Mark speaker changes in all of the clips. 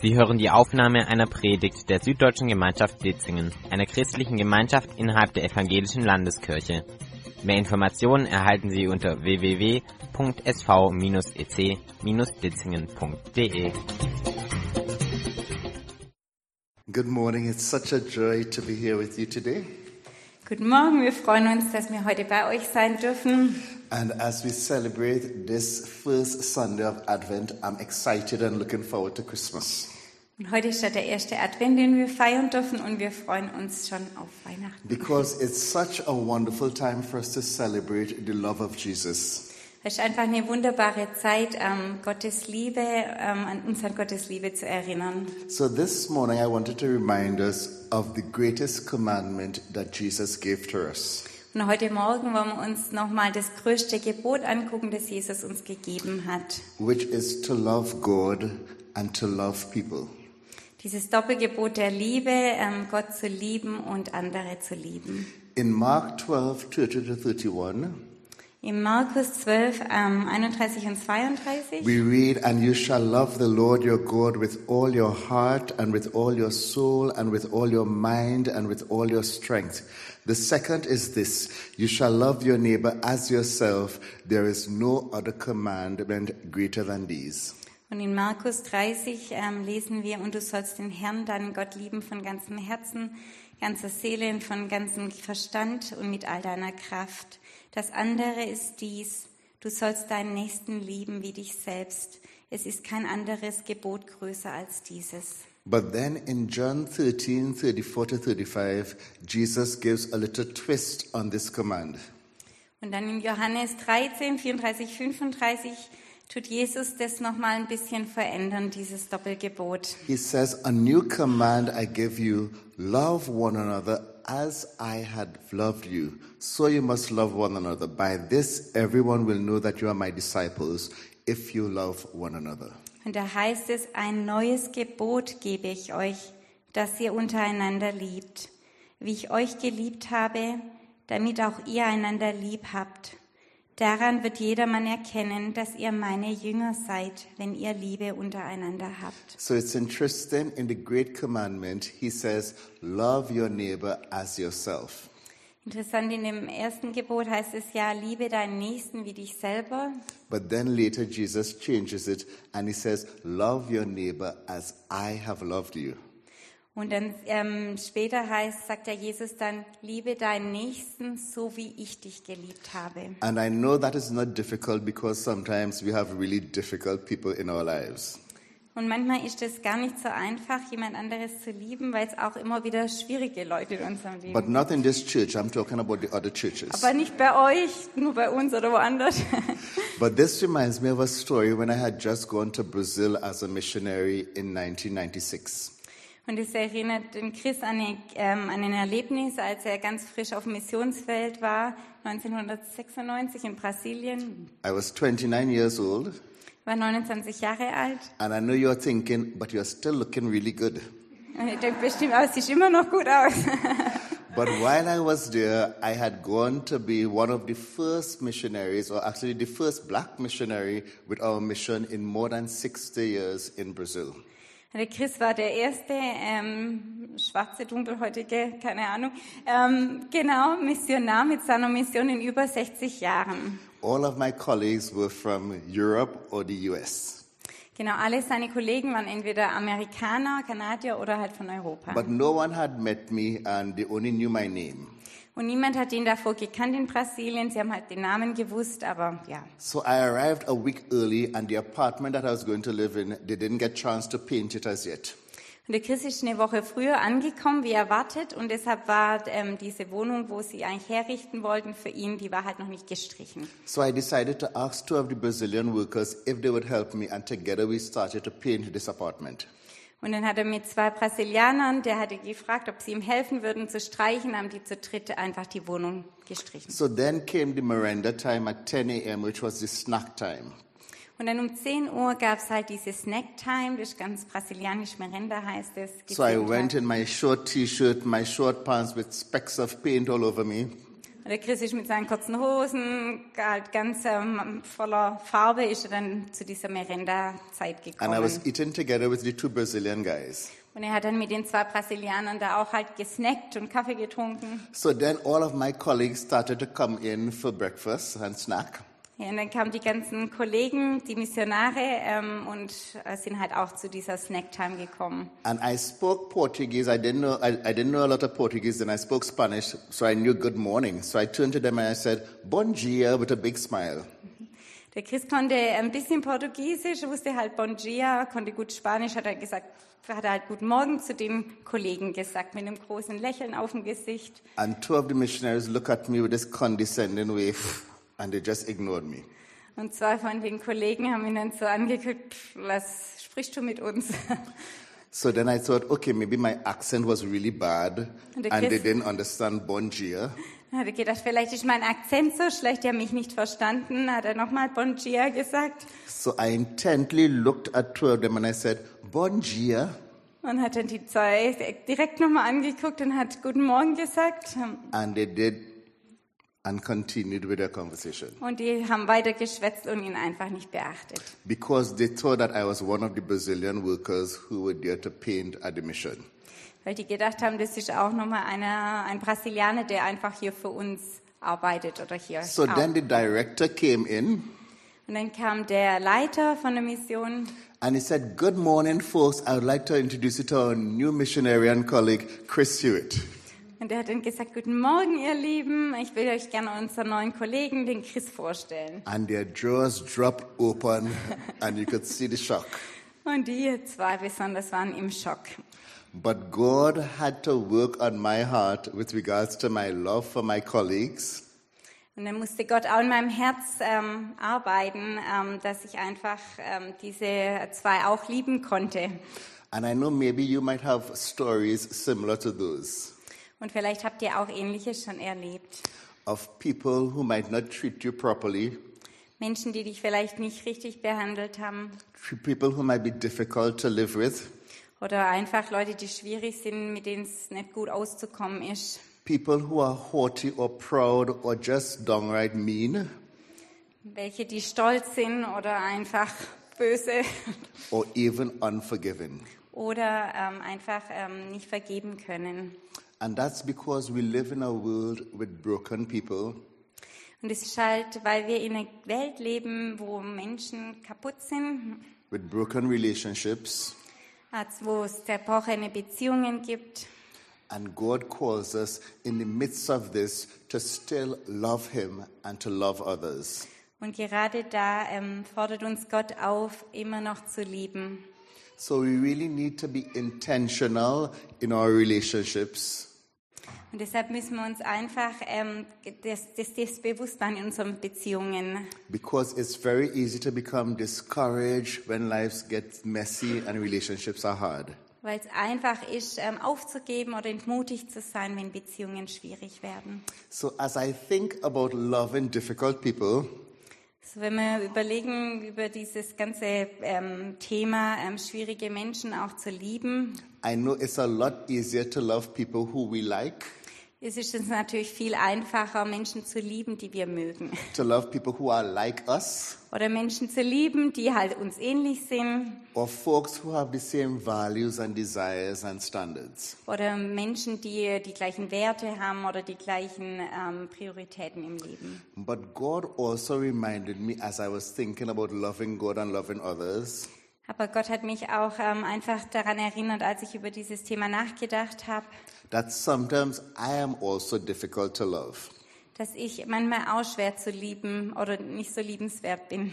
Speaker 1: Sie hören die Aufnahme einer Predigt der Süddeutschen Gemeinschaft Ditzingen, einer christlichen Gemeinschaft innerhalb der evangelischen Landeskirche. Mehr Informationen erhalten Sie unter e www.sv-ec-ditzingen.de.
Speaker 2: Good morning. It's such a joy to be here with you today.
Speaker 3: Guten Morgen, wir freuen uns, dass wir heute bei euch sein dürfen.
Speaker 2: And as we celebrate this first Sunday of Advent, I'm excited and looking forward to Christmas
Speaker 3: Und heute ist ja der erste Advent, den wir feiern dürfen und wir freuen uns schon auf Weihnachten.
Speaker 2: because it's such a wonderful time for us to celebrate the love of Jesus.
Speaker 3: Es ist einfach eine wunderbare Zeit, ähm, Gottes Liebe, ähm, an uns an Gottes Liebe zu erinnern.
Speaker 2: So this morning, I wanted to remind us of the greatest commandment that Jesus gave to us.
Speaker 3: Und heute Morgen wollen wir uns nochmal das größte Gebot angucken, das Jesus uns gegeben hat.
Speaker 2: which is to love God and to love people.
Speaker 3: Dieses Doppelgebot der Liebe, ähm, Gott zu lieben und andere zu lieben.
Speaker 2: In Mark 12, 30 to 31,
Speaker 3: In Markus 12, ähm, 31 und 32.
Speaker 2: we read, And you shall love the Lord your God with all your heart and with all your soul and with all your mind and with all your strength. The second is this you shall love your neighbor as yourself. There is no other commandment greater than these.
Speaker 3: Und in Markus 30 ähm, lesen wir, und du sollst den Herrn, deinen Gott, lieben von ganzem Herzen, ganzer Seele und von ganzem Verstand und mit all deiner Kraft. Das andere ist dies, du sollst deinen Nächsten lieben wie dich selbst. Es ist kein anderes Gebot größer als dieses.
Speaker 2: But then in John 13, 34 to 35, Jesus gives a little twist on this command.
Speaker 3: Und dann in Johannes 13, 34, 35 tut Jesus das nochmal ein bisschen verändern, dieses Doppelgebot.
Speaker 2: He says, A new command I give you love one another as I had loved you. So you must love one another. By this, everyone will know that you are my disciples if you love one another.
Speaker 3: Und da heißt es, ein neues Gebot gebe ich euch, dass ihr untereinander liebt, wie ich euch geliebt habe, damit auch ihr einander lieb habt. Daran wird jedermann erkennen, dass ihr meine Jünger seid, wenn ihr Liebe untereinander habt.
Speaker 2: So it's interesting in the Great Commandment, he says, Love your neighbor as yourself.
Speaker 3: Interessant, in dem ersten Gebot heißt es ja, liebe deinen Nächsten wie dich selber.
Speaker 2: But then later, Jesus changes it and he says, Love your neighbor as I have loved you.
Speaker 3: Und dann ähm, später heißt, sagt ja Jesus dann, liebe deinen Nächsten so, wie ich dich geliebt habe.
Speaker 2: And I know that is not difficult because sometimes we have really difficult people in our lives.
Speaker 3: Und manchmal ist es gar nicht so einfach, jemand anderes zu lieben, weil es auch immer wieder schwierige Leute in unserem Leben
Speaker 2: But
Speaker 3: gibt.
Speaker 2: not in this church, I'm talking about the other churches.
Speaker 3: Aber nicht bei euch, nur bei uns oder woanders.
Speaker 2: But this reminds me of a story when I had just gone to Brazil as a missionary in 1996.
Speaker 3: Und es erinnert den Chris an, eine, ähm, an ein Erlebnis, als er ganz frisch auf dem Missionsfeld war, 1996 in Brasilien,
Speaker 2: I was 29 years old,
Speaker 3: war 29 Jahre alt.
Speaker 2: and I know you're thinking, but you're still looking really good.
Speaker 3: Und er denkt bestimmt, oh, es sieht immer noch gut aus.
Speaker 2: But while I was there, I had gone to be one of the first missionaries, or actually the first black missionary with our mission in more than 60 years in Brazil.
Speaker 3: Der Chris war der erste ähm, schwarze, dunkelhäutige, keine Ahnung, ähm, genau, Missionar mit seiner Mission in über 60 Jahren.
Speaker 2: All of my colleagues were from Europe or the US,
Speaker 3: Genau, alle seine Kollegen waren entweder Amerikaner, Kanadier oder halt von Europa.
Speaker 2: but no one had met me and they only knew my name.
Speaker 3: Und niemand hat ihn davor gekannt in Brasilien. Sie haben halt den Namen gewusst, aber ja.
Speaker 2: So I arrived a week early and the apartment that I was going to live in, they didn't get chance to paint it as yet.
Speaker 3: Und der Chris ist eine Woche früher angekommen, wie erwartet, und deshalb war ähm, diese Wohnung, wo sie eigentlich herrichten wollten für ihn, die war halt noch nicht gestrichen.
Speaker 2: So I decided to ask two of the Brazilian workers if they would help me and together we started to paint this apartment.
Speaker 3: Und dann hat er mit zwei Brasilianern, der hatte gefragt, ob sie ihm helfen würden zu streichen, haben die zu dritt einfach die Wohnung gestrichen.
Speaker 2: So then came the Miranda time at 10 a.m., which was the snack time.
Speaker 3: Und dann um 10 Uhr gab's halt diese Snacktime, das ist ganz brasilianisch, Merenda heißt es.
Speaker 2: So I
Speaker 3: Gesinntag.
Speaker 2: went in my short t-shirt, my short pants with specks of paint all over me.
Speaker 3: Der Chris ist mit seinen kurzen Hosen, halt ganz ähm, voller Farbe, ist er dann zu dieser Merenda-Zeit
Speaker 2: And I was
Speaker 3: gekommen.
Speaker 2: eating together with the two Brazilian guys.
Speaker 3: Und er hat dann mit den zwei Brasilianern da auch halt gesnackt und Kaffee getrunken.
Speaker 2: So then all of my colleagues started to come in for breakfast and snack.
Speaker 3: Ja, und dann kamen die ganzen Kollegen, die Missionare, ähm, und äh, sind halt auch zu dieser Snacktime gekommen.
Speaker 2: And I spoke Portuguese. I didn't know, I, I didn't know a lot of Portuguese, and I spoke Spanish, so I knew good morning. So I turned to them and I said, Bon dia, with a big smile.
Speaker 3: Der Chris konnte ein bisschen Portugiesisch, wusste halt Bon dia, konnte gut Spanisch, hat er gesagt, hat er halt Guten Morgen zu den Kollegen gesagt, mit einem großen Lächeln auf dem Gesicht.
Speaker 2: And two of the missionaries looked at me with this condescending way, and they just ignored me.
Speaker 3: Und zwei von den Kollegen haben ihn dann so angeguckt, "Pff, was sprichst du mit uns?
Speaker 2: So then I thought, okay, maybe my accent was really bad,
Speaker 3: And
Speaker 2: and,
Speaker 3: the
Speaker 2: they
Speaker 3: kiss-
Speaker 2: didn't understand Bon dia.
Speaker 3: Dann hat er gedacht, vielleicht ist mein Akzent so schlecht, die haben mich nicht verstanden, hat er nochmal Bon dia gesagt
Speaker 2: So I intently looked at two of them and I said, Bon dia.
Speaker 3: und hat dann die zwei direkt nochmal angeguckt und hat Guten Morgen gesagt.
Speaker 2: And they did and continued with their conversation
Speaker 3: Und die haben weiter geschwätzt und ihn einfach nicht beachtet.
Speaker 2: because they thought that I was one of the Brazilian workers who were there to paint at the mission.
Speaker 3: Weil die gedacht haben, das ist auch nochmal einer, ein Brasilianer, der einfach hier für uns arbeitet oder hier.
Speaker 2: So
Speaker 3: auch.
Speaker 2: then the director came in
Speaker 3: und dann kam der Leiter von der Mission
Speaker 2: and he said, Good morning, folks. I would like to introduce you to our new missionary and colleague, Chris Hewitt.
Speaker 3: und der hat dann gesagt, guten Morgen, ihr Lieben, ich will euch gerne unseren neuen Kollegen, den Chris, vorstellen.
Speaker 2: And their drawers dropped open and you could see the shock.
Speaker 3: Und die zwei besonders waren im Schock.
Speaker 2: But God had to work on my heart with regards to my love for my colleagues
Speaker 3: Und dann musste Gott auch in meinem Herz ähm, arbeiten, ähm, dass ich einfach ähm, diese zwei auch lieben konnte.
Speaker 2: And I know maybe you might have stories similar to those
Speaker 3: Und vielleicht habt ihr auch Ähnliches schon erlebt.
Speaker 2: of people who might not treat you properly,
Speaker 3: Menschen, die dich vielleicht nicht richtig behandelt haben
Speaker 2: tr- people who might be difficult to live with,
Speaker 3: oder einfach Leute, die schwierig sind, mit denen es nicht gut auszukommen ist.
Speaker 2: people who are haughty or proud or just downright mean,
Speaker 3: Welche, die stolz sind oder einfach böse
Speaker 2: or even unforgiving.
Speaker 3: oder ähm, einfach ähm, nicht vergeben können.
Speaker 2: And that's because we live in a world with broken people
Speaker 3: Und es ist halt, weil wir in einer Welt leben, wo Menschen kaputt sind,
Speaker 2: with broken relationships,
Speaker 3: als wo es zerbrochene Beziehungen gibt.
Speaker 2: and God calls us in the midst of this to still love Him and to love others.
Speaker 3: Und gerade da ähm, fordert uns Gott auf, immer noch zu lieben.
Speaker 2: So we really need to be intentional in our relationships.
Speaker 3: Und deshalb müssen wir uns einfach ähm, das, das, das bewusst machen in unseren Beziehungen.
Speaker 2: Because it's very easy to become discouraged when lives gets messy and relationships are hard.
Speaker 3: Weil es einfach ist, ähm, aufzugeben oder entmutigt zu sein, wenn Beziehungen schwierig werden.
Speaker 2: So as I think about loving difficult people,
Speaker 3: Also wenn wir überlegen, über dieses ganze ähm, Thema ähm, schwierige Menschen auch zu lieben,
Speaker 2: I know it's a lot easier to love people who we like,
Speaker 3: es ist uns natürlich viel einfacher, Menschen zu lieben, die wir mögen.
Speaker 2: to love people who are like us,
Speaker 3: Oder Menschen zu lieben, die halt uns ähnlich sind.
Speaker 2: or folks who have the same values and desires and standards.
Speaker 3: Oder Menschen, die die gleichen Werte haben oder die gleichen ähm, Prioritäten im Leben.
Speaker 2: But God also reminded me as I was thinking about loving God and loving others
Speaker 3: Aber Gott hat mich auch ähm, einfach daran erinnert, als ich über dieses Thema nachgedacht habe,
Speaker 2: that sometimes I am also difficult to love.
Speaker 3: dass ich manchmal auch schwer zu lieben oder nicht so liebenswert bin.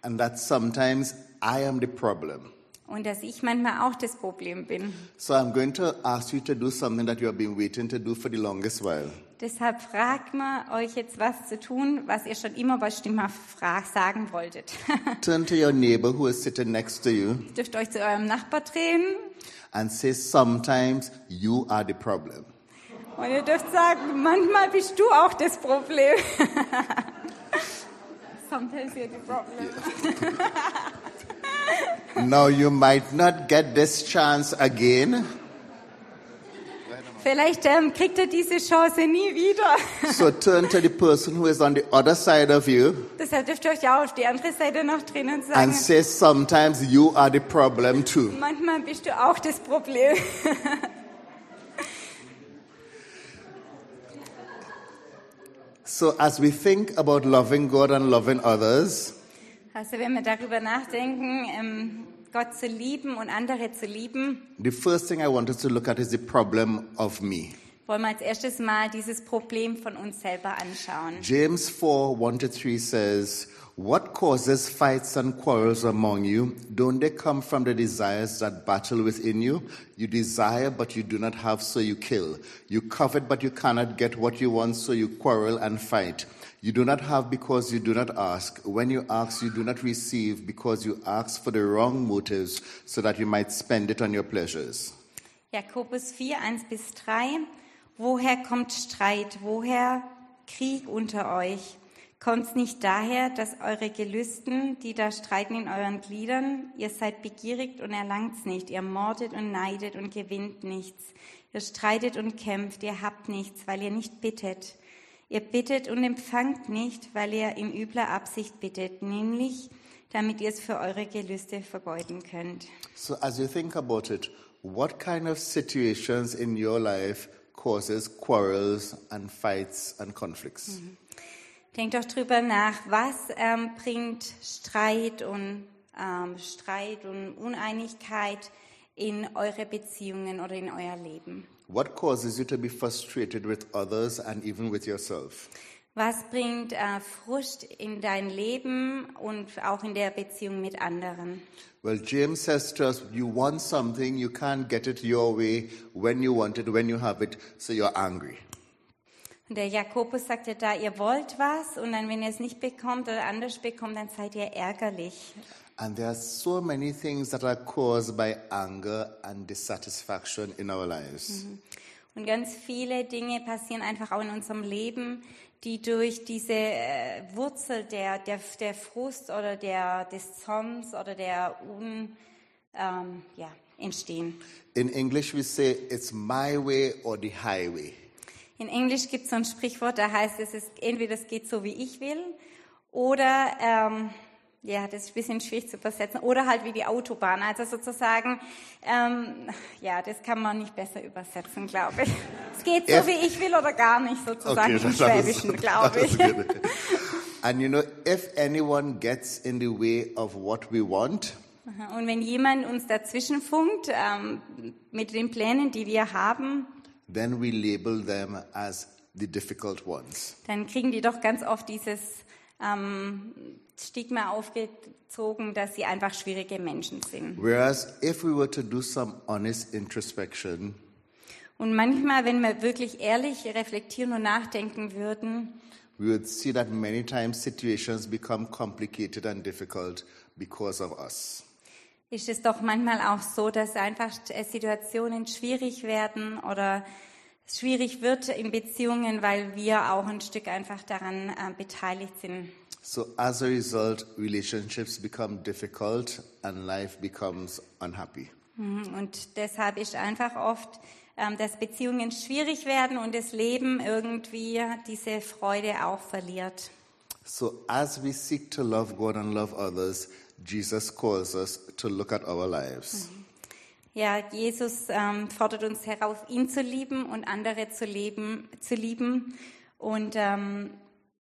Speaker 2: And that sometimes I am the problem.
Speaker 3: Und dass ich manchmal auch das Problem bin.
Speaker 2: So I'm going to ask you to do something that you have been waiting to do for the longest while.
Speaker 3: Deshalb fragt man euch jetzt was zu tun, was ihr schon immer bestimmt mal fra- sagen wolltet.
Speaker 2: Turn to your neighbor who is sitting next to you
Speaker 3: Ihr dürft euch zu eurem Nachbar drehen
Speaker 2: and say, Sometimes you are the problem.
Speaker 3: und ihr dürft sagen, manchmal bist du auch das Problem. Sometimes you're the problem.
Speaker 2: now you might not get this chance again.
Speaker 3: Vielleicht ähm, kriegt er diese Chance nie wieder.
Speaker 2: So turn to the person who is on the other side of you
Speaker 3: Deshalb dürft ihr euch ja auch auf die andere Seite noch drehen und
Speaker 2: and
Speaker 3: sagen,
Speaker 2: say, Sometimes you are the problem too.
Speaker 3: manchmal bist du auch das Problem.
Speaker 2: So, as we think about loving God and loving others,
Speaker 3: Also wenn wir darüber nachdenken, ähm, Gott zu lieben und andere zu lieben,
Speaker 2: the first thing I want us to look at is the problem of me.
Speaker 3: wollen wir als erstes mal dieses Problem von uns selber anschauen.
Speaker 2: James 4 1 to 3 says, What causes fights and quarrels among you? Don't they come from the desires that battle within you? You desire, but you do not have, so you kill. You covet, but you cannot get what you want, so you quarrel and fight. You do not have because you do not ask. When you ask, you do not receive because you ask for the wrong motives, so that you might spend it on your pleasures.
Speaker 3: Jakobus 4, 1 bis 3. Woher kommt Streit? Woher Krieg unter euch? Kommt's nicht daher, dass eure Gelüsten, die da streiten in euren Gliedern, ihr seid begierig und erlangt's nicht, ihr mordet und neidet und gewinnt nichts, ihr streitet und kämpft, ihr habt nichts, weil ihr nicht bittet. Ihr bittet und empfangt nicht, weil ihr in übler Absicht bittet, nämlich damit ihr es für eure Gelüste vergeuden könnt.
Speaker 2: So, as you think about it, what kind of situations in your life causes quarrels and fights and conflicts?
Speaker 3: Denkt doch drüber nach, was ähm, bringt Streit und ähm, Streit und Uneinigkeit in eure Beziehungen oder in euer Leben?
Speaker 2: What causes you to be frustrated with others and even with yourself?
Speaker 3: Was bringt äh, Frust in dein Leben und auch in der Beziehung mit anderen?
Speaker 2: Well, James says to us, you want something, you can't get it your way when you want it, when you have it, so you're angry.
Speaker 3: Und der Jakobus sagt ja da, ihr wollt was und dann, wenn ihr es nicht bekommt oder anders bekommt, dann seid ihr ärgerlich.
Speaker 2: And there are so many things that are caused by anger and dissatisfaction in our lives.
Speaker 3: Und ganz viele Dinge passieren einfach auch in unserem Leben, die durch diese äh, Wurzel der, der, der Frust oder der, des Zorns oder der Un, ähm, ja, entstehen.
Speaker 2: In English, we say it's my way or the highway.
Speaker 3: In Englisch gibt es so ein Sprichwort, da heißt es, es entweder es geht so, wie ich will, oder, ähm, ja, das ist ein bisschen schwierig zu übersetzen, oder halt wie die Autobahn. Also sozusagen, ähm, ja, das kann man nicht besser übersetzen, glaube ich. Es geht so,
Speaker 2: If-
Speaker 3: wie ich will, oder gar nicht, sozusagen im
Speaker 2: that was-
Speaker 3: Schwäbischen,
Speaker 2: that
Speaker 3: glaube
Speaker 2: was
Speaker 3: ich.
Speaker 2: good. And you know, if anyone gets in the way of what we want,
Speaker 3: Aha, Und wenn jemand uns dazwischen funkt ähm, mit den Plänen, die wir haben,
Speaker 2: then we label them as the difficult ones.
Speaker 3: dann kriegen die doch ganz oft dieses ähm, Stigma aufgezogen, dass sie einfach schwierige Menschen sind.
Speaker 2: Whereas if we were to do some honest introspection,
Speaker 3: Und manchmal, wenn wir wirklich ehrlich reflektieren und nachdenken würden,
Speaker 2: we would see that many times situations become complicated and difficult because of us.
Speaker 3: ist es doch manchmal auch so, dass einfach äh, Situationen schwierig werden oder es schwierig wird in Beziehungen, weil wir auch ein Stück einfach daran äh, beteiligt sind.
Speaker 2: So as a result, relationships become difficult and life becomes unhappy.
Speaker 3: Mhm, Und deshalb ist einfach oft, ähm, dass Beziehungen schwierig werden und das Leben irgendwie diese Freude auch verliert.
Speaker 2: So, as we seek to love God and love others, Jesus calls us to look at our lives.
Speaker 3: Ja, Jesus ähm, fordert uns heraus, ihn zu lieben und andere zu leben, zu lieben und ähm,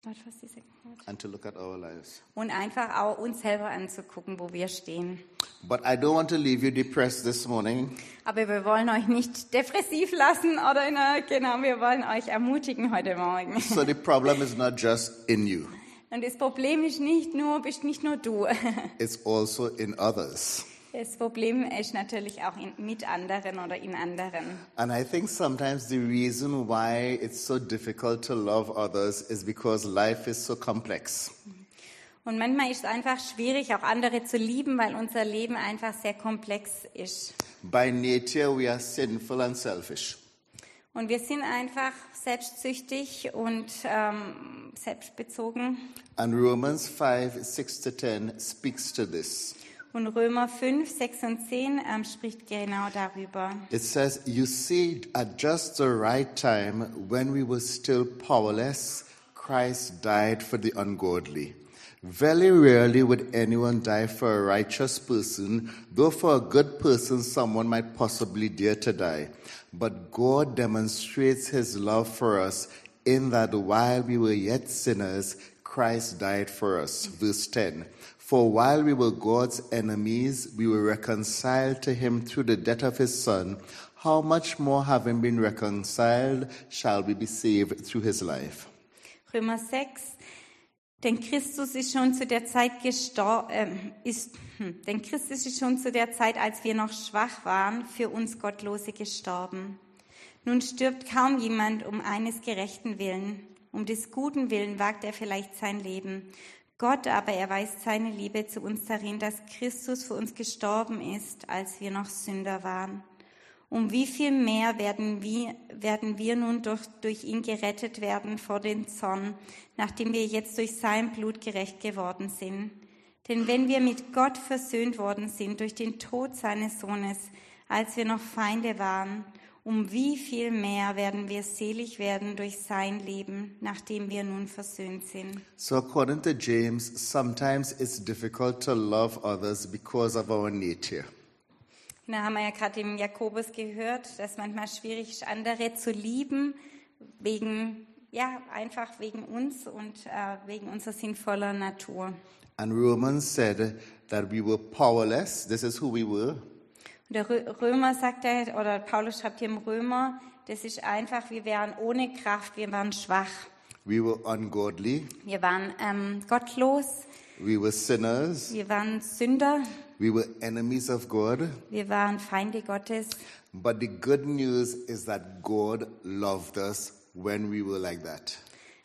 Speaker 3: warte, was ist das?
Speaker 2: And to look at our lives.
Speaker 3: und einfach auch uns selber anzugucken, wo wir stehen.
Speaker 2: But I don't want to leave you depressed this morning.
Speaker 3: Aber wir wollen euch nicht depressiv lassen oder in einer, genau, wir wollen euch ermutigen heute Morgen.
Speaker 2: So, the problem is not just in you,
Speaker 3: Und das Problem ist nicht nur, bist nicht nur du.
Speaker 2: it's also in others.
Speaker 3: Das Problem ist natürlich auch in, mit anderen oder in anderen.
Speaker 2: And I think sometimes the reason why it's so difficult to love others is because life is so complex.
Speaker 3: Und manchmal ist es einfach schwierig, auch andere zu lieben, weil unser Leben einfach sehr komplex ist.
Speaker 2: By nature, we are sinful and selfish.
Speaker 3: Und wir sind einfach selbstsüchtig und ähm, selbstbezogen.
Speaker 2: And Romans 5 6 to 10 speaks to this.
Speaker 3: Und Römer 5, 6 und 10 ähm, spricht genau darüber.
Speaker 2: It says, You see, at just the right time, when we were still powerless, Christ died for the ungodly. Very rarely would anyone die for a righteous person, though for a good person someone might possibly dare to die. But God demonstrates his love for us in that while we were yet sinners, Christ died for us. Verse 10. For while we were God's enemies, we were reconciled to him through the death of his Son. How much more, having been reconciled, shall we be saved through his life?
Speaker 3: Römer 6. Denn Christus ist schon zu der Zeit gestorben, ähm, ist, hm, denn Christus ist schon zu der Zeit, als wir noch schwach waren, für uns Gottlose gestorben. Nun stirbt kaum jemand um eines gerechten Willen. Um des guten Willen wagt er vielleicht sein Leben. Gott aber erweist seine Liebe zu uns darin, dass Christus für uns gestorben ist, als wir noch Sünder waren. Um wie viel mehr werden wir, werden wir nun durch, durch ihn gerettet werden vor den Zorn, nachdem wir jetzt durch sein Blut gerecht geworden sind. Denn wenn wir mit Gott versöhnt worden sind durch den Tod seines Sohnes, als wir noch Feinde waren, um wie viel mehr werden wir selig werden durch sein Leben, nachdem wir nun versöhnt sind.
Speaker 2: So, according to James, sometimes it's difficult to love others because of our nature.
Speaker 3: Da haben wir ja gerade im Jakobus gehört, dass manchmal schwierig ist, andere zu lieben, wegen, ja, einfach wegen uns und äh, wegen unserer sinnvollen Natur.
Speaker 2: And Romans said that we were powerless. This is who we were.
Speaker 3: Und der Rö- Römer sagt er, oder Paulus schreibt hier im Römer, das ist einfach, wir wären ohne Kraft, wir waren schwach,
Speaker 2: We were ungodly.
Speaker 3: wir waren ähm, gottlos,
Speaker 2: We were sinners.
Speaker 3: wir waren Sünder,
Speaker 2: We were enemies of God.
Speaker 3: wir waren Feinde Gottes.
Speaker 2: But the good news is that God loved us when we were like that.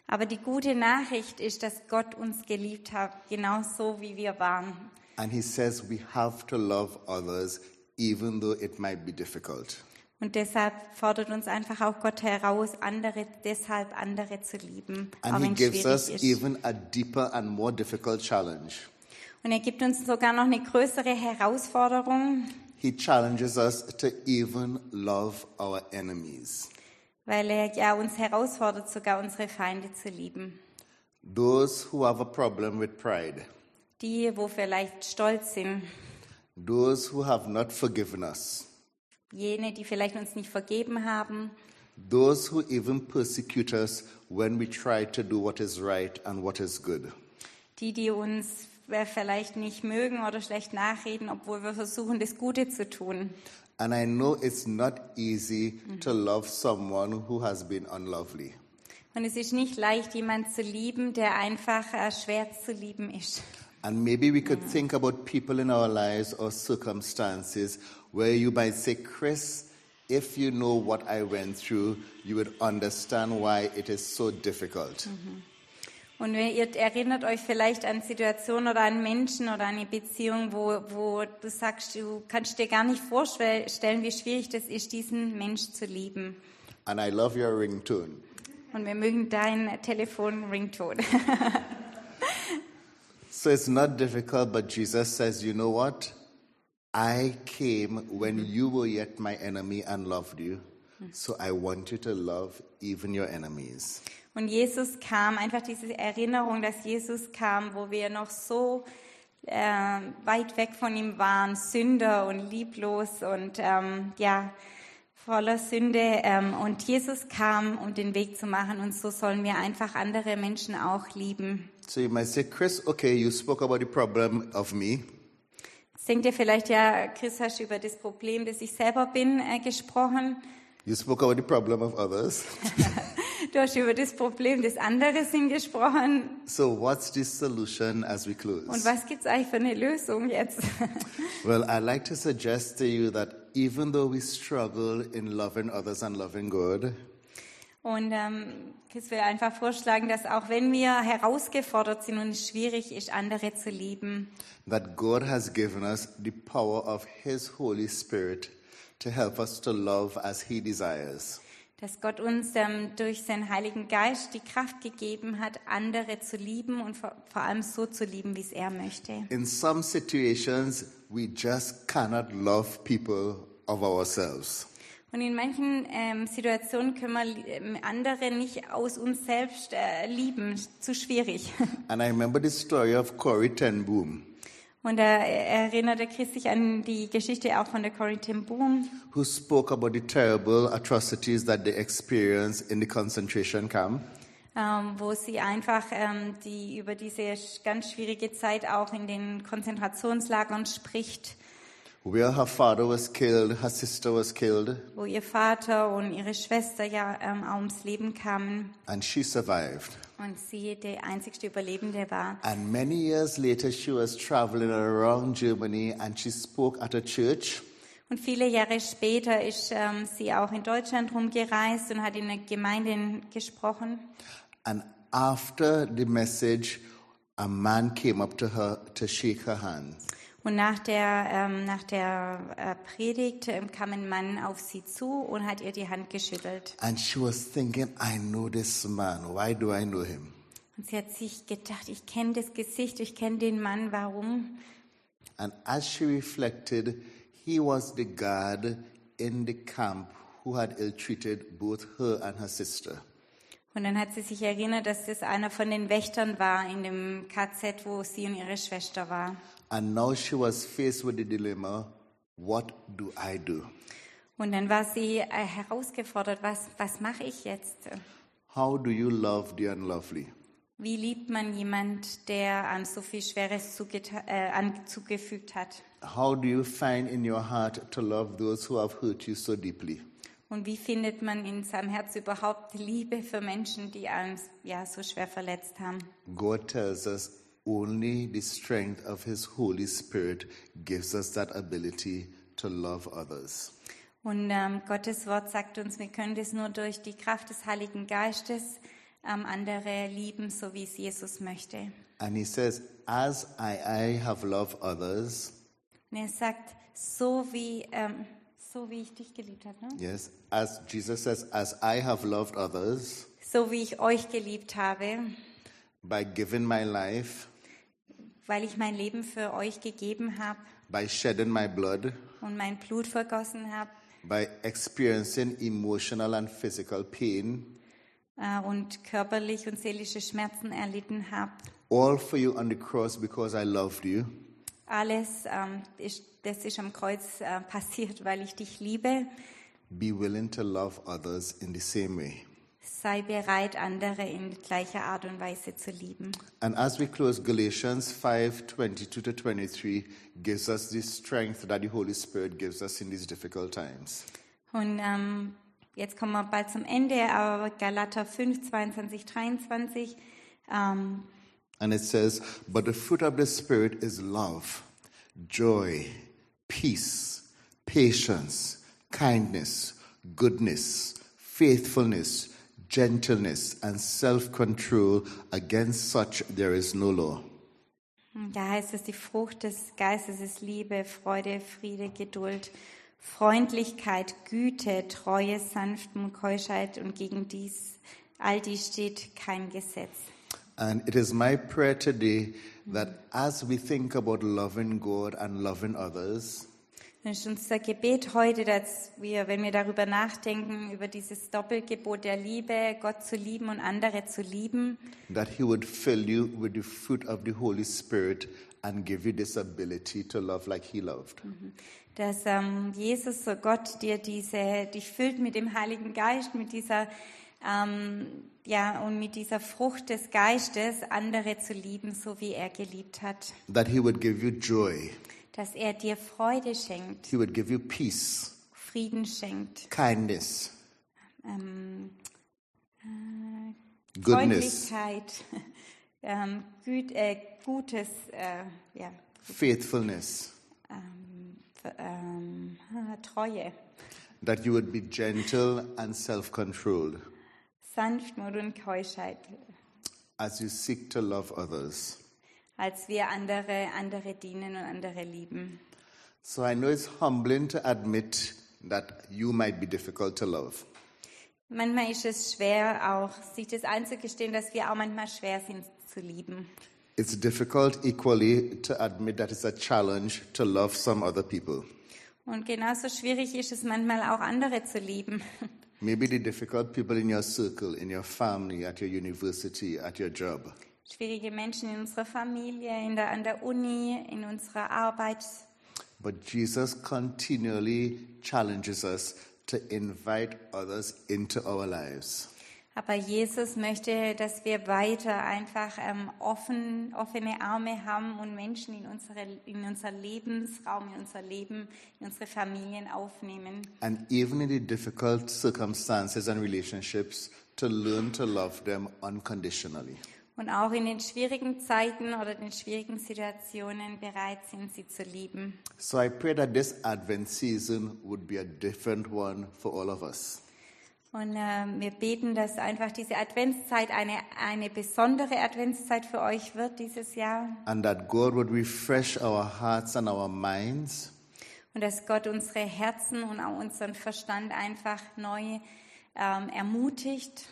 Speaker 3: Aber die gute Nachricht ist, dass Gott uns geliebt hat, genau so wie wir waren.
Speaker 2: And He says we have to love others even though it might be difficult.
Speaker 3: Und deshalb fordert uns einfach auch Gott heraus, andere, deshalb andere zu lieben, auch
Speaker 2: And He
Speaker 3: wenn es
Speaker 2: gives us
Speaker 3: schwierig ist.
Speaker 2: even a deeper and more difficult challenge.
Speaker 3: Und er gibt uns sogar noch eine größere Herausforderung,
Speaker 2: He challenges us to even love our enemies.
Speaker 3: weil er ja uns herausfordert, sogar unsere Feinde zu lieben.
Speaker 2: Those who have a problem with pride,
Speaker 3: Die, wo vielleicht stolz sind,
Speaker 2: those who have not forgiven us,
Speaker 3: jene, die vielleicht uns nicht vergeben haben,
Speaker 2: those who even persecute us when we try to do what is right and what is good.
Speaker 3: die, die uns äh, vielleicht nicht mögen oder schlecht nachreden, obwohl wir versuchen, das Gute zu tun.
Speaker 2: And I know it's not easy to love someone who has been unlovely.
Speaker 3: Und es ist nicht leicht, jemanden zu lieben, der einfach äh, schwer zu lieben ist.
Speaker 2: And maybe we could think about people in our lives or circumstances where you might say, Chris, if you know what I went through, you would understand why it is so difficult.
Speaker 3: Und wenn ihr erinnert euch vielleicht an Situationen oder an Menschen oder an eine Beziehung, wo, wo du sagst, du kannst dir gar nicht vorstellen, wie schwierig das ist, diesen Mensch zu lieben.
Speaker 2: And I love your ringtone.
Speaker 3: Und wir mögen dein Telefon-Rington.
Speaker 2: So it's not difficult, but Jesus says, you know what? I came when you were yet my enemy and loved you. So I want you to love even your enemies.
Speaker 3: Und Jesus kam, einfach diese Erinnerung, dass Jesus kam, wo wir noch so äh, weit weg von ihm waren, Sünder und lieblos und ähm, ja, voller Sünde. Ähm, und Jesus kam, um den Weg zu machen. Und so sollen wir einfach andere Menschen auch lieben.
Speaker 2: So you might say, Chris, okay, you spoke about the problem of me.
Speaker 3: Jetzt denkt ihr vielleicht, ja, Chris, hast du über das Problem, das ich selber bin, äh, gesprochen.
Speaker 2: You spoke about the problem of others.
Speaker 3: Du hast über das Problem des anderen sind gesprochen.
Speaker 2: So what's the solution as we close?
Speaker 3: Und was gibt's eigentlich für eine Lösung jetzt?
Speaker 2: Well, I'd like to suggest to you that even though we struggle in loving others and loving God,
Speaker 3: Und ähm, Chris will einfach vorschlagen, dass auch wenn wir herausgefordert sind und es schwierig ist, andere zu lieben,
Speaker 2: that God has given us the power of His Holy Spirit to help us to love as He desires.
Speaker 3: dass Gott uns ähm, durch seinen Heiligen Geist die Kraft gegeben hat, andere zu lieben und vor, vor allem so zu lieben, wie es er möchte.
Speaker 2: In some situations, we just cannot love people of ourselves.
Speaker 3: Und in manchen ähm, Situationen können wir li- ähm, andere nicht aus uns selbst äh, lieben, zu schwierig.
Speaker 2: And I remember the story of Corrie Ten Boom,
Speaker 3: Und da äh, erinnerte Chris sich an die Geschichte auch von der Corrie ten Boom,
Speaker 2: who spoke about the terrible atrocities that they experienced in the concentration camp.
Speaker 3: ähm, wo sie einfach ähm, die über diese sch- ganz schwierige Zeit auch in den Konzentrationslagern spricht,
Speaker 2: where her father was killed, her sister was killed,
Speaker 3: wo ihr Vater und ihre Schwester ja ähm, auch ums Leben kamen
Speaker 2: and she survived.
Speaker 3: und sie die einzigste Überlebende war.
Speaker 2: And many years later, she was traveling around Germany and she spoke at a church.
Speaker 3: Und viele Jahre später ist ähm, sie auch in Deutschland rumgereist und hat in einer Gemeinde in- gesprochen.
Speaker 2: And after the message, a man came up to her to shake her hand.
Speaker 3: Und nach der, ähm, nach der äh, Predigt ähm, kam ein Mann auf sie zu und hat ihr die Hand geschüttelt.
Speaker 2: And she was thinking, I know this man. Why do I know him?
Speaker 3: Und sie hat sich gedacht, ich kenne das Gesicht, ich kenne den Mann, warum?
Speaker 2: And as she reflected, he was the guard in the camp who had ill treated both her and her sister.
Speaker 3: Und dann hat sie sich erinnert, dass das einer von den Wächtern war in dem KZ, wo sie und ihre Schwester war.
Speaker 2: And now she was faced with the dilemma what do I do?
Speaker 3: Und dann war sie äh, herausgefordert, was, was mache ich jetzt?
Speaker 2: How do you love the unlovely?
Speaker 3: Wie liebt man jemand, der einem so viel Schweres zugeta- äh, an- zugefügt hat?
Speaker 2: How do you find in your heart to love those who have hurt you so deeply?
Speaker 3: Und wie findet man in seinem Herz überhaupt Liebe für Menschen, die einem ja, so schwer verletzt haben?
Speaker 2: God tells us only the strength of His Holy Spirit gives us that ability to love others.
Speaker 3: Und ähm, Gottes Wort sagt uns, wir können das nur durch die Kraft des Heiligen Geistes ähm, andere lieben, so wie es Jesus möchte.
Speaker 2: And He says, As I, I have loved others,
Speaker 3: Und er sagt, so wie, ähm, so wie ich dich geliebt habe, ne?
Speaker 2: yes, as Jesus says, As I have loved others
Speaker 3: so wie ich euch geliebt habe,
Speaker 2: by giving my life,
Speaker 3: weil ich mein Leben für euch gegeben habe
Speaker 2: by shedding my blood,
Speaker 3: und mein Blut vergossen habe
Speaker 2: by experiencing emotional and physical pain,
Speaker 3: äh, und körperlich und seelische Schmerzen erlitten habe.
Speaker 2: all for you on the cross because I loved you.
Speaker 3: Alles, ähm, ist, das ist am Kreuz äh, passiert, weil ich dich liebe.
Speaker 2: Be willing to love others in the same way.
Speaker 3: Sei bereit, andere in gleicher Art und Weise zu lieben.
Speaker 2: And as we close, Galatians 5 22 to 23 gives us the strength that the Holy Spirit gives us in these difficult times.
Speaker 3: Und ähm, jetzt kommen wir bald zum Ende, aber Galater 5, 22, 23. Ähm,
Speaker 2: And it says, But the fruit of the Spirit is love, joy, peace, patience, kindness, goodness, faithfulness, gentleness, and self control. Against such there is no law.
Speaker 3: da heißt es, die Frucht des Geistes ist Liebe, Freude, Friede, Geduld, Freundlichkeit, Güte, Treue, Sanftmut, Keuschheit und gegen dies, all dies steht kein Gesetz.
Speaker 2: And it is my prayer today that as we think about loving God and loving others,
Speaker 3: Das ist unser Gebet heute, dass wir, wenn wir darüber nachdenken, über dieses Doppelgebot der Liebe, Gott zu lieben und andere zu lieben,
Speaker 2: that He would fill you with the fruit of the Holy Spirit and give you this ability to love like He loved.
Speaker 3: dass ähm, Jesus, so Gott, dir diese, dich füllt mit dem Heiligen Geist, mit dieser, ähm, ja, und mit dieser Frucht des Geistes, andere zu lieben, so wie er geliebt hat.
Speaker 2: That He would give you joy.
Speaker 3: Dass er dir Freude schenkt,
Speaker 2: He would give you peace,
Speaker 3: Frieden schenkt,
Speaker 2: kindness,
Speaker 3: ähm,
Speaker 2: goodness,
Speaker 3: Freundlichkeit, ähm, Güt, äh, Gutes, äh, ja,
Speaker 2: faithfulness,
Speaker 3: ähm, Ver- ähm, äh, Treue,
Speaker 2: that you would be gentle and self controlled
Speaker 3: Sanftmut und Keuschheit,
Speaker 2: as you seek to love others.
Speaker 3: als wir andere, andere dienen und andere lieben.
Speaker 2: So I know it's humbling to admit that you might be difficult to love.
Speaker 3: Manchmal ist es schwer auch, sich das einzugestehen, dass wir auch manchmal schwer sind zu lieben.
Speaker 2: It's difficult equally to admit that it's a challenge to love some other people.
Speaker 3: Und genauso schwierig ist es manchmal auch andere zu lieben.
Speaker 2: Maybe the difficult people in your circle, in your family, at your university, at your job.
Speaker 3: Schwierige Menschen in unserer Familie, in der, an der Uni, in unserer Arbeit.
Speaker 2: But Jesus continually challenges us to invite others into our lives.
Speaker 3: Aber Jesus möchte, dass wir weiter einfach ähm, offen, offene Arme haben und Menschen in, unsere, in unser Lebensraum, in unser Leben, in unsere Familien aufnehmen.
Speaker 2: And even in the difficult circumstances and relationships, to learn to love them unconditionally.
Speaker 3: Und auch in den schwierigen Zeiten oder den schwierigen Situationen bereit sind, sie zu lieben.
Speaker 2: So I pray that this Advent season would be a different one for all of us.
Speaker 3: Und ähm, wir beten, dass einfach diese Adventszeit eine, eine besondere Adventszeit für euch wird dieses Jahr.
Speaker 2: and that God would refresh our hearts and our minds
Speaker 3: Und dass Gott unsere Herzen und auch unseren Verstand einfach neu ähm, ermutigt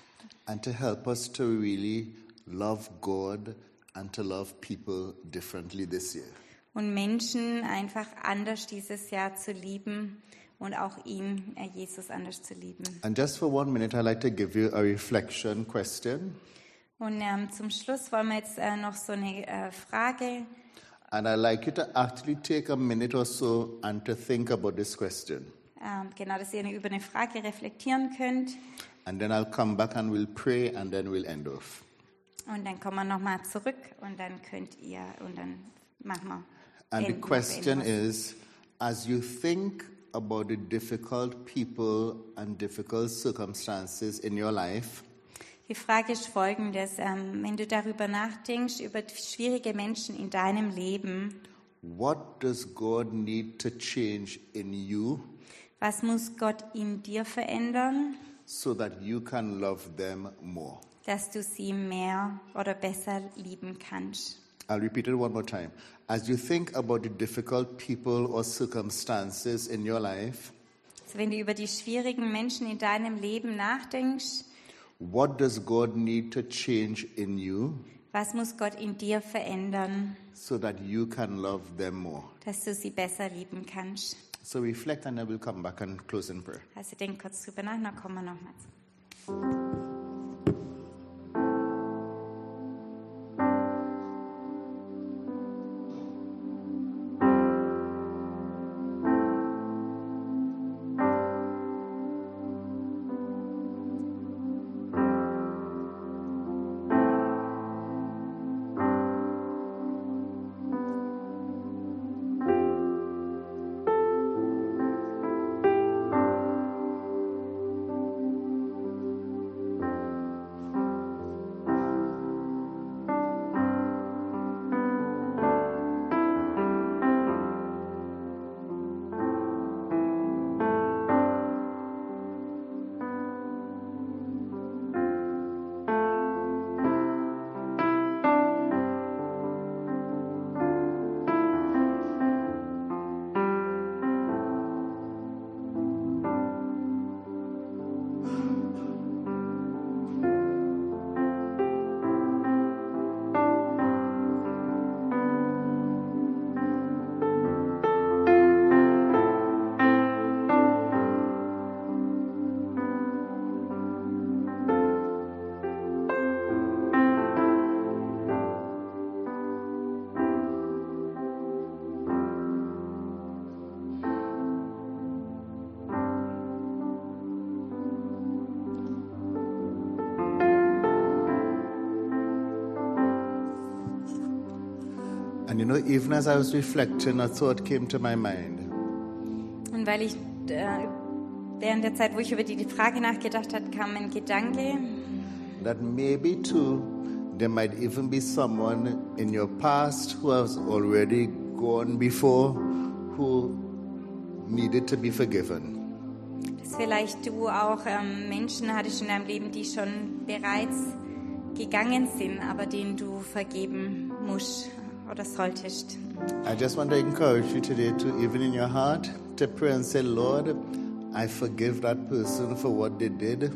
Speaker 2: and to help us to really love God and to love people differently this year.
Speaker 3: und Menschen einfach anders dieses Jahr zu lieben und auch ihn, äh, Jesus, anders zu lieben.
Speaker 2: And just for one minute, I'd like to give you a reflection question.
Speaker 3: Und ähm, zum Schluss wollen wir jetzt äh, noch so eine äh, Frage.
Speaker 2: And I'd like you to actually take a minute or so and to think about this question.
Speaker 3: Ähm, genau, dass ihr über eine Frage reflektieren könnt.
Speaker 2: And then I'll come back and we'll pray and then we'll end off.
Speaker 3: Und dann kommen wir nochmal zurück und dann könnt ihr, und dann machen wir.
Speaker 2: And the
Speaker 3: beenden-
Speaker 2: question
Speaker 3: beenden
Speaker 2: is as you think about the difficult people and difficult circumstances in your life,
Speaker 3: wir's. Die Frage ist folgendes. Ähm, wenn du darüber nachdenkst, über schwierige Menschen in deinem Leben,
Speaker 2: What does God need to change in you
Speaker 3: was muss Gott in dir verändern,
Speaker 2: so that you can love them more?
Speaker 3: dass du sie mehr oder besser lieben kannst?
Speaker 2: I'll repeat it one more time. As you think about the difficult people or circumstances in your life,
Speaker 3: Also wenn du über die schwierigen Menschen in deinem Leben nachdenkst,
Speaker 2: what does God need to change in you
Speaker 3: was muss Gott in dir verändern,
Speaker 2: so that you can love them more?
Speaker 3: dass du sie besser lieben kannst?
Speaker 2: So reflect and I will come back and close in prayer.
Speaker 3: Also denk kurz drüber nach, dann kommen wir nochmal zu.
Speaker 2: And you know, even as I was reflecting, a thought came to my mind.
Speaker 3: Und weil ich äh, während der Zeit, wo ich über die, die Frage nachgedacht habe, kam ein Gedanke,
Speaker 2: that maybe too there might even be someone in your past who has already gone before who needed to be forgiven
Speaker 3: dass vielleicht du auch ähm, Menschen hattest in deinem Leben, die schon bereits gegangen sind, aber denen du vergeben musst oder solltest.
Speaker 2: i just want to encourage you today to even in your heart to pray and say lord i forgive that person for what they did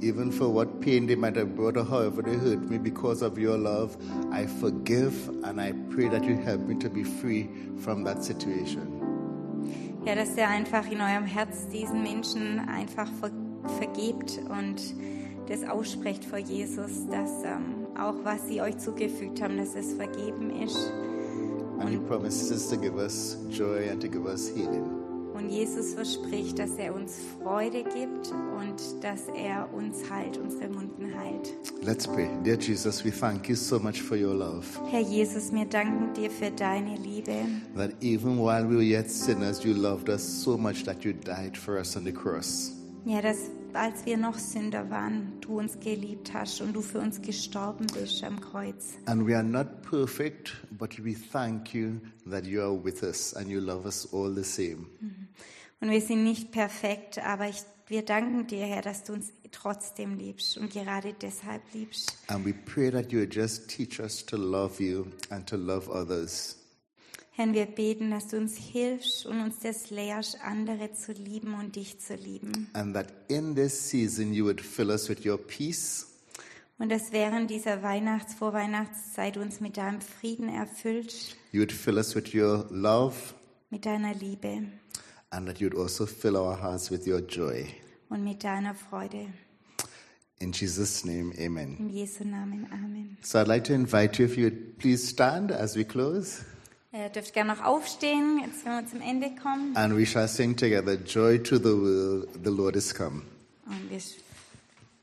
Speaker 2: even for what pain they might have brought or however they hurt me, because of your love, I forgive and I pray that you help me to be free from that situation.
Speaker 3: Ja, dass ihr einfach in eurem Herz diesen Menschen einfach ver vergebt und das aussprecht vor Jesus, dass ähm, auch was sie euch zugefügt haben, dass es vergeben ist.
Speaker 2: And he promises to give us joy and to give us healing.
Speaker 3: Und Jesus verspricht, dass er uns Freude gibt und dass er uns heilt, unsere Wunden heilt.
Speaker 2: Let's pray. Dear Jesus, we thank you so much for your love.
Speaker 3: Herr Jesus, wir danken dir für deine Liebe,
Speaker 2: That even while we were yet sinners, you loved us so much that you died for us on the cross.
Speaker 3: ja, dass als wir noch Sünder waren, du uns geliebt hast und du für uns gestorben bist am Kreuz.
Speaker 2: And we are not perfect, but we thank you that you are with us and you love us all the same.
Speaker 3: Und wir sind nicht perfekt, aber ich, wir danken dir, Herr, dass du uns trotzdem liebst und gerade deshalb liebst.
Speaker 2: And we pray that you would just teach us to love you and to love others.
Speaker 3: Herr, wir beten, dass du uns hilfst und uns das lehrst, andere zu lieben und dich zu lieben.
Speaker 2: And that in this season you would fill us with your peace,
Speaker 3: Und dass während dieser Weihnachts-, Vorweihnachtszeit uns mit deinem Frieden erfüllt,
Speaker 2: you would fill us with your love,
Speaker 3: mit deiner Liebe
Speaker 2: and that you would also fill our hearts with your joy.
Speaker 3: und mit deiner Freude.
Speaker 2: In Jesus' name, amen.
Speaker 3: In Jesu Namen. Amen.
Speaker 2: So I'd like to invite you if you would please stand as we close.
Speaker 3: Ihr Äh, dürft gerne noch aufstehen, jetzt wenn wir zum
Speaker 2: Äh.
Speaker 3: Ende kommen.
Speaker 2: And we shall sing together, Joy to the World, the Lord is come.
Speaker 3: Und wir